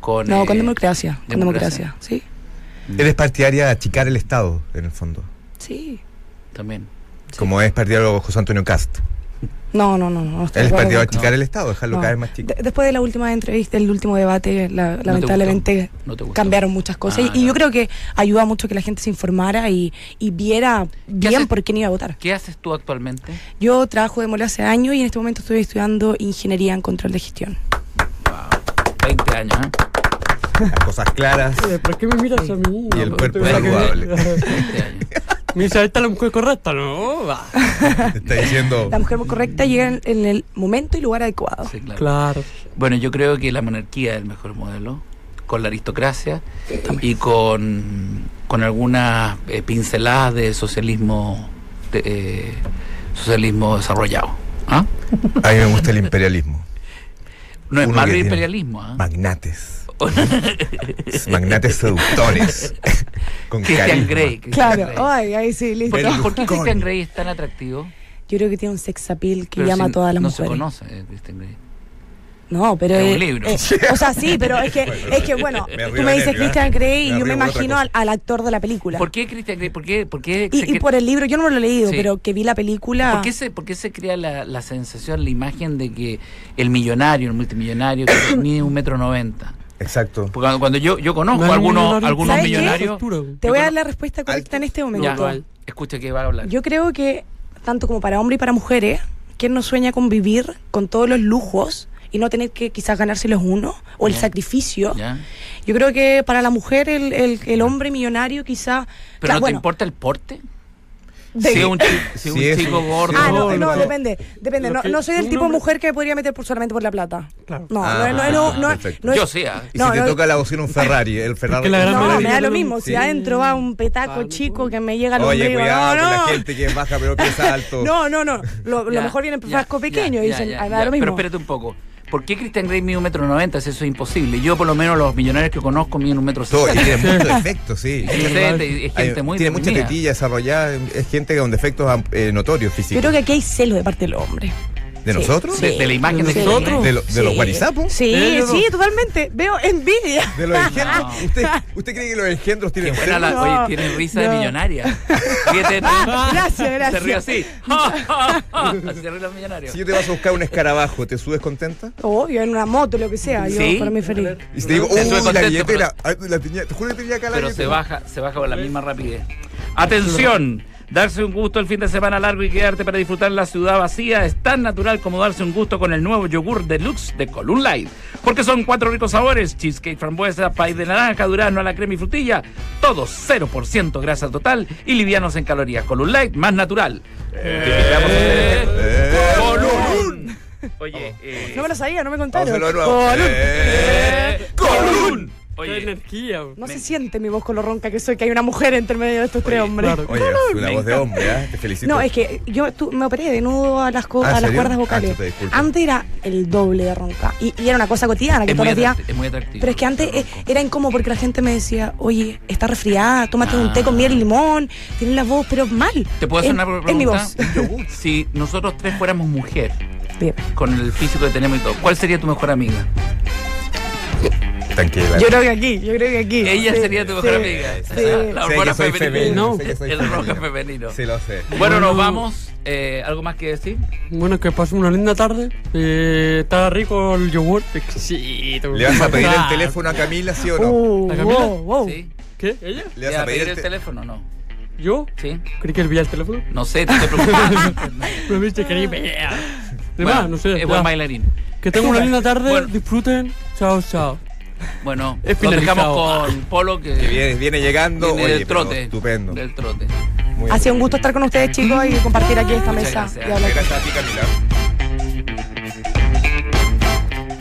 Speaker 2: con
Speaker 4: No, con
Speaker 2: eh,
Speaker 4: democracia, con
Speaker 2: democracia.
Speaker 4: democracia, sí.
Speaker 3: Eres partidaria de achicar el Estado, en el fondo.
Speaker 4: Sí.
Speaker 2: También.
Speaker 3: Como es partidario José Antonio Cast.
Speaker 4: No, no, no, no. no estoy
Speaker 3: Él es
Speaker 4: de acuerdo
Speaker 3: partidario de
Speaker 4: con-
Speaker 3: achicar el Estado, dejarlo
Speaker 4: No.
Speaker 3: cada vez más chico.
Speaker 4: De- después de la última entrevista, el último debate, la-
Speaker 2: te
Speaker 4: lamentablemente
Speaker 2: gustó, no te gustó.
Speaker 4: cambiaron muchas cosas.
Speaker 2: Ah,
Speaker 4: y, y
Speaker 2: ya.
Speaker 4: yo creo que ayuda mucho que la gente se informara y, y viera bien
Speaker 2: haces?
Speaker 4: por quién iba a votar.
Speaker 2: ¿Qué haces tú actualmente?
Speaker 4: Yo trabajo de mole hace años y en este momento estoy estudiando ingeniería en control de gestión.
Speaker 2: Wow. 20 años, ¿eh?
Speaker 3: Las cosas
Speaker 1: <laughs>
Speaker 3: claras.
Speaker 1: Oye, ¿Por qué me miras a mí?
Speaker 3: Y el
Speaker 1: No,
Speaker 3: cuerpo
Speaker 1: te voy a
Speaker 3: saludable.
Speaker 1: creer.
Speaker 2: 20
Speaker 3: <laughs>
Speaker 2: años.
Speaker 1: <laughs> Me dice, ¿esta es la mujer correcta? No, va.
Speaker 3: Te está diciendo.
Speaker 4: La mujer correcta llega en, en el momento y lugar adecuado.
Speaker 2: Sí, claro.
Speaker 1: Claro.
Speaker 2: Bueno, yo creo que la monarquía es el mejor modelo, con la aristocracia y con, con algunas eh, pinceladas de socialismo, de, eh, socialismo desarrollado. ¿Ah?
Speaker 3: A mí me gusta el imperialismo.
Speaker 2: No es
Speaker 3: Uno
Speaker 2: malo
Speaker 3: que
Speaker 2: el
Speaker 3: tiene-
Speaker 2: imperialismo. ¿ah?
Speaker 3: Magnates. <laughs> Magnates seductores. Con
Speaker 2: Christian
Speaker 3: carisma.
Speaker 2: Grey. Christian <laughs>
Speaker 4: Claro,
Speaker 2: Grey.
Speaker 4: ay, ahí sí, listo.
Speaker 2: ¿Por qué,
Speaker 3: Berlusconi.
Speaker 2: por qué Christian Grey es tan atractivo?
Speaker 4: Yo creo que tiene un sex appeal que
Speaker 2: Pero
Speaker 4: llama
Speaker 2: si
Speaker 4: a todas las
Speaker 2: no
Speaker 4: mujeres.
Speaker 2: No se conoce eh, Christian Grey.
Speaker 4: No, pero.
Speaker 2: Es un
Speaker 4: eh,
Speaker 2: libro. <laughs>
Speaker 4: eh, o sea, sí, pero es que, es que bueno,
Speaker 3: Me
Speaker 4: tú
Speaker 3: arriba
Speaker 4: me
Speaker 3: el
Speaker 4: dices
Speaker 3: nervio, ¿eh?
Speaker 4: Christian Grey
Speaker 3: Me
Speaker 4: y yo me
Speaker 3: arriba otra
Speaker 4: imagino
Speaker 3: cosa.
Speaker 4: al, al actor de la película.
Speaker 2: ¿Por qué Christian Grey? ¿Por qué, por qué se
Speaker 4: Y, y
Speaker 2: cre-
Speaker 4: por el libro, yo no me lo he leído,
Speaker 2: Sí.
Speaker 4: pero que vi la película.
Speaker 2: ¿Por qué se, por qué se crea la, la sensación, la imagen de que el millonario, el multimillonario, que <coughs> mide un metro noventa?
Speaker 3: Exacto.
Speaker 2: Porque cuando, cuando yo, yo
Speaker 1: No
Speaker 2: conozco
Speaker 1: es
Speaker 2: algunos,
Speaker 1: millonario.
Speaker 2: algunos
Speaker 4: ¿Sabes qué?
Speaker 2: millonarios.
Speaker 4: Te voy a
Speaker 2: Yo
Speaker 4: dar la respuesta correcta en este
Speaker 2: Ya,
Speaker 4: momento.
Speaker 2: escucha que va a hablar.
Speaker 4: Yo creo que, tanto como para hombres y para mujeres, ¿quién no sueña con vivir con todos los lujos y no tener que quizás ganárselos uno? O el
Speaker 2: Ya.
Speaker 4: sacrificio.
Speaker 2: ¿Ya?
Speaker 4: Yo creo que para la mujer, el, el- el hombre millonario quizás.
Speaker 2: ¿Pero
Speaker 4: Claro,
Speaker 2: no
Speaker 4: bueno,
Speaker 2: te importa el porte?
Speaker 4: de-
Speaker 2: Si es un, chi- si
Speaker 3: Sí,
Speaker 2: un
Speaker 3: es
Speaker 2: chico
Speaker 3: un-
Speaker 2: gordo.
Speaker 4: Ah, no,
Speaker 1: No,
Speaker 4: no,
Speaker 1: no.
Speaker 4: depende, depende.
Speaker 1: Lo
Speaker 4: No,
Speaker 1: que-
Speaker 4: no soy del
Speaker 1: un
Speaker 4: tipo de
Speaker 1: hombre-
Speaker 4: mujer que me podría meter por solamente por la plata.
Speaker 1: Claro.
Speaker 4: No,
Speaker 3: Ah,
Speaker 4: no, no, no, no,
Speaker 3: perfecto.
Speaker 4: no es-
Speaker 2: Yo sí. ah.
Speaker 3: Y
Speaker 4: No,
Speaker 3: si te
Speaker 4: no-
Speaker 3: toca la bocina un Ferrari, el Ferrari.
Speaker 1: que la gran
Speaker 4: No,
Speaker 1: mayoría-
Speaker 4: me da lo mismo.
Speaker 3: Sí.
Speaker 4: Si adentro va un petaco
Speaker 1: Claro.
Speaker 4: chico que me llega al
Speaker 3: Oye,
Speaker 4: ombligo,
Speaker 3: cuidado
Speaker 4: no,
Speaker 3: con
Speaker 4: no.
Speaker 3: la gente que es baja pero piensa alto.
Speaker 4: <laughs> No, no, no. Lo, lo
Speaker 2: Ya,
Speaker 4: mejor viene en
Speaker 2: ya,
Speaker 4: frasco
Speaker 2: ya,
Speaker 4: pequeño.
Speaker 2: ya,
Speaker 4: dicen,
Speaker 2: ya,
Speaker 4: ah, me
Speaker 2: ya.
Speaker 4: da lo mismo.
Speaker 2: Pero espérate un poco. ¿Por qué Christian Grey mide un metro noventa? Si Eso es imposible. Yo, por lo menos, los millonarios que conozco miden un metro
Speaker 3: Todo, y
Speaker 2: sesenta.
Speaker 4: <laughs>
Speaker 3: tiene muchos defectos, sí.
Speaker 2: Es gente- es gente
Speaker 3: Hay-
Speaker 2: muy
Speaker 3: tiene mucha
Speaker 2: definida.
Speaker 3: tetilla desarrollada, es gente con defectos am- eh, notorios
Speaker 4: Yo
Speaker 3: físicos.
Speaker 4: creo que aquí hay celos de parte del hombre.
Speaker 3: ¿De
Speaker 4: sí,
Speaker 3: nosotros?
Speaker 2: De, de la imagen de
Speaker 1: ¿Nosotros?
Speaker 2: Christian Grey.
Speaker 3: ¿De, lo- de los
Speaker 4: Sí.
Speaker 3: guarizapos?
Speaker 4: Sí,
Speaker 1: Eh, yo-
Speaker 4: sí, totalmente. Veo envidia.
Speaker 3: <laughs> ¿De
Speaker 4: <laughs>
Speaker 3: los engendros?
Speaker 2: No.
Speaker 3: ¿Usted, ¿Usted cree que los engendros
Speaker 2: Qué
Speaker 3: tienen
Speaker 2: buena la-
Speaker 3: celos?
Speaker 4: No,
Speaker 2: oye, tiene risa de
Speaker 4: no.
Speaker 2: millonaria. Fíjate,
Speaker 4: <laughs> Ah, gracias,
Speaker 2: Se ríe
Speaker 4: gracias.
Speaker 2: así. Así <laughs> se ríen los millonarios.
Speaker 3: Si yo te vas a buscar un escarabajo, ¿te subes contenta?
Speaker 4: Obvio, en una moto, lo que sea. Yo,
Speaker 2: Sí.
Speaker 4: para mí feliz.
Speaker 3: Y si te digo,
Speaker 2: Te sube
Speaker 3: ¡uh, la
Speaker 2: contento,
Speaker 3: billetera! Ay, la tenía, te juro que tenía acá la
Speaker 2: pero se
Speaker 3: billetera.
Speaker 2: baja, se baja con la misma rapidez. Atención, darse un gusto el fin de semana largo y quedarte para disfrutar la ciudad vacía es tan natural como darse un gusto con el nuevo yogur deluxe de Column Light. Porque son cuatro ricos sabores, cheesecake, frambuesa, país de naranja, durazno a la crema y frutilla, todos 0% grasa total y livianos en calorías. Column Light, más natural.
Speaker 3: Eh,
Speaker 2: Column. Oye, eh,
Speaker 4: No me lo sabía, no me
Speaker 3: Vamos a
Speaker 4: contaron.
Speaker 3: hacerlo de nuevo.
Speaker 4: Oh, no.
Speaker 2: eh, Column.
Speaker 1: Qué
Speaker 2: Oye,
Speaker 1: energía.
Speaker 4: No se siente mi voz con lo ronca que soy, que hay una mujer entre medio de estos tres hombres.
Speaker 1: claro.
Speaker 3: Oye, una voz de hombre, ¿ah? Te felicito.
Speaker 4: No, es que yo tu- me operé de nudo a las, co-
Speaker 3: Ah, ¿en
Speaker 4: a las
Speaker 3: serio?
Speaker 4: cuerdas
Speaker 3: Ah,
Speaker 4: vocales.
Speaker 3: chuta, disculpa.
Speaker 4: antes era el doble de ronca. Y, y era una cosa cotidiana, que
Speaker 2: es
Speaker 4: todos
Speaker 2: muy,
Speaker 4: los días.
Speaker 2: atracti- es muy atractivo.
Speaker 4: Pero es que antes eh, era incómodo porque la gente me decía, oye, está resfriada, tómate un té con miel y limón, tienes la voz, pero mal.
Speaker 2: Ah. ¿Te puedo hacer
Speaker 4: En-
Speaker 2: una
Speaker 4: en
Speaker 2: pregunta?
Speaker 4: mi voz.
Speaker 3: <laughs>
Speaker 2: Si nosotros tres fuéramos mujer,
Speaker 4: Bien.
Speaker 2: con el físico que tenemos y todo, ¿cuál sería tu mejor amiga?
Speaker 3: Tranquila.
Speaker 4: Yo creo que aquí, yo creo que aquí.
Speaker 2: Ella
Speaker 4: Sí,
Speaker 2: sería tu mejor
Speaker 4: sí,
Speaker 2: amiga.
Speaker 4: sí.
Speaker 2: La
Speaker 3: Sé
Speaker 2: hormona
Speaker 3: que soy
Speaker 2: femenina.
Speaker 3: femenino.
Speaker 1: No.
Speaker 3: sé que soy
Speaker 2: El roca
Speaker 3: femenino.
Speaker 2: femenino.
Speaker 3: Sí, lo sé.
Speaker 2: Bueno, nos
Speaker 1: Bueno.
Speaker 2: vamos. Eh, ¿Algo más que decir?
Speaker 1: Bueno, que pasen una linda tarde. Eh, está rico el yogur. Exquisito.
Speaker 3: ¿Le vas a pedir el
Speaker 1: Ah.
Speaker 3: teléfono a Camila, sí o no?
Speaker 4: Uh,
Speaker 1: ¿La Camila?
Speaker 4: wow, wow.
Speaker 2: ¿Sí?
Speaker 1: ¿Qué? ¿Ella?
Speaker 2: ¿Te
Speaker 3: ¿Le vas
Speaker 2: vas
Speaker 3: a este?
Speaker 2: a pedir el
Speaker 3: te-
Speaker 2: teléfono? No.
Speaker 1: ¿Yo?
Speaker 2: ¿Sí?
Speaker 1: Creí que olvidé el teléfono.
Speaker 2: No sé, te estoy preocupando.
Speaker 1: Pero viste, quería pelear. <laughs> De más, no sé.
Speaker 2: Es eh, buen
Speaker 1: ya.
Speaker 2: bailarín.
Speaker 1: Que tengan una linda tarde.
Speaker 2: Bueno.
Speaker 1: Disfruten. Chao, chao.
Speaker 2: Bueno,
Speaker 1: Es
Speaker 2: nos dejamos
Speaker 1: finalizado.
Speaker 2: con Polo que,
Speaker 3: Que viene, viene llegando.
Speaker 2: viene
Speaker 3: Oye,
Speaker 2: del
Speaker 3: pero
Speaker 2: trote.
Speaker 3: Estupendo.
Speaker 2: Del trote.
Speaker 3: Muy
Speaker 4: Ha sido un gusto estar con ustedes, chicos, y compartir aquí esta
Speaker 2: Muchas
Speaker 4: mesa
Speaker 2: gracias.
Speaker 4: y hablar con
Speaker 3: Gracias a ti, Camila.